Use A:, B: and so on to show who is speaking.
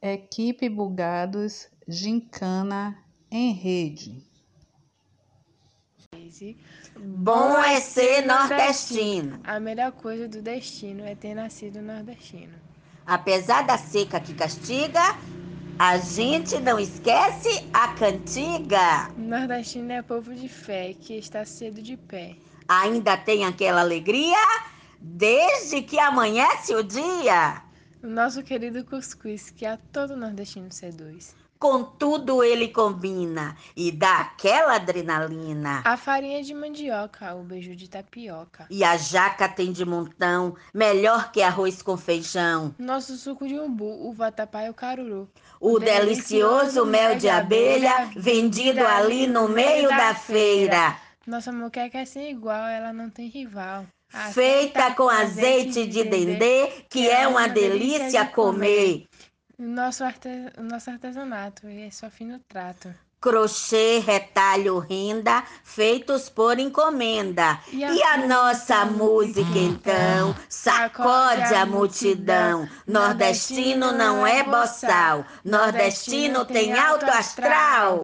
A: Equipe Bugados, Gincana, Enrede.
B: Bom é ser nordestino.
C: A melhor coisa do destino é ter nascido nordestino.
B: Apesar da seca que castiga, a gente não esquece a cantiga.
C: Nordestino é povo de fé que está cedo de pé.
B: Ainda tem aquela alegria desde que amanhece o dia.
C: O nosso querido cuscuz que a todo nordestino seduz.
B: Contudo, ele combina e dá aquela adrenalina.
C: A farinha de mandioca, o beijo de tapioca.
B: E a jaca tem de montão, melhor que arroz com feijão.
C: Nosso suco de umbu, o vatapá e o caruru.
B: O delicioso mel de abelha, vendido ali no meio da feira.
C: Nossa moqueca é sem igual, ela não tem rival.
B: Aceita Feita com azeite de dendê, que é uma delícia comer.
C: Nosso arte- O nosso artesanato, ele é só fino trato.
B: Crochê, retalho, renda, feitos por encomenda.
C: E
B: E a nossa música então sacode a multidão. é Nordestino não é boçal, nordestino tem alto astral.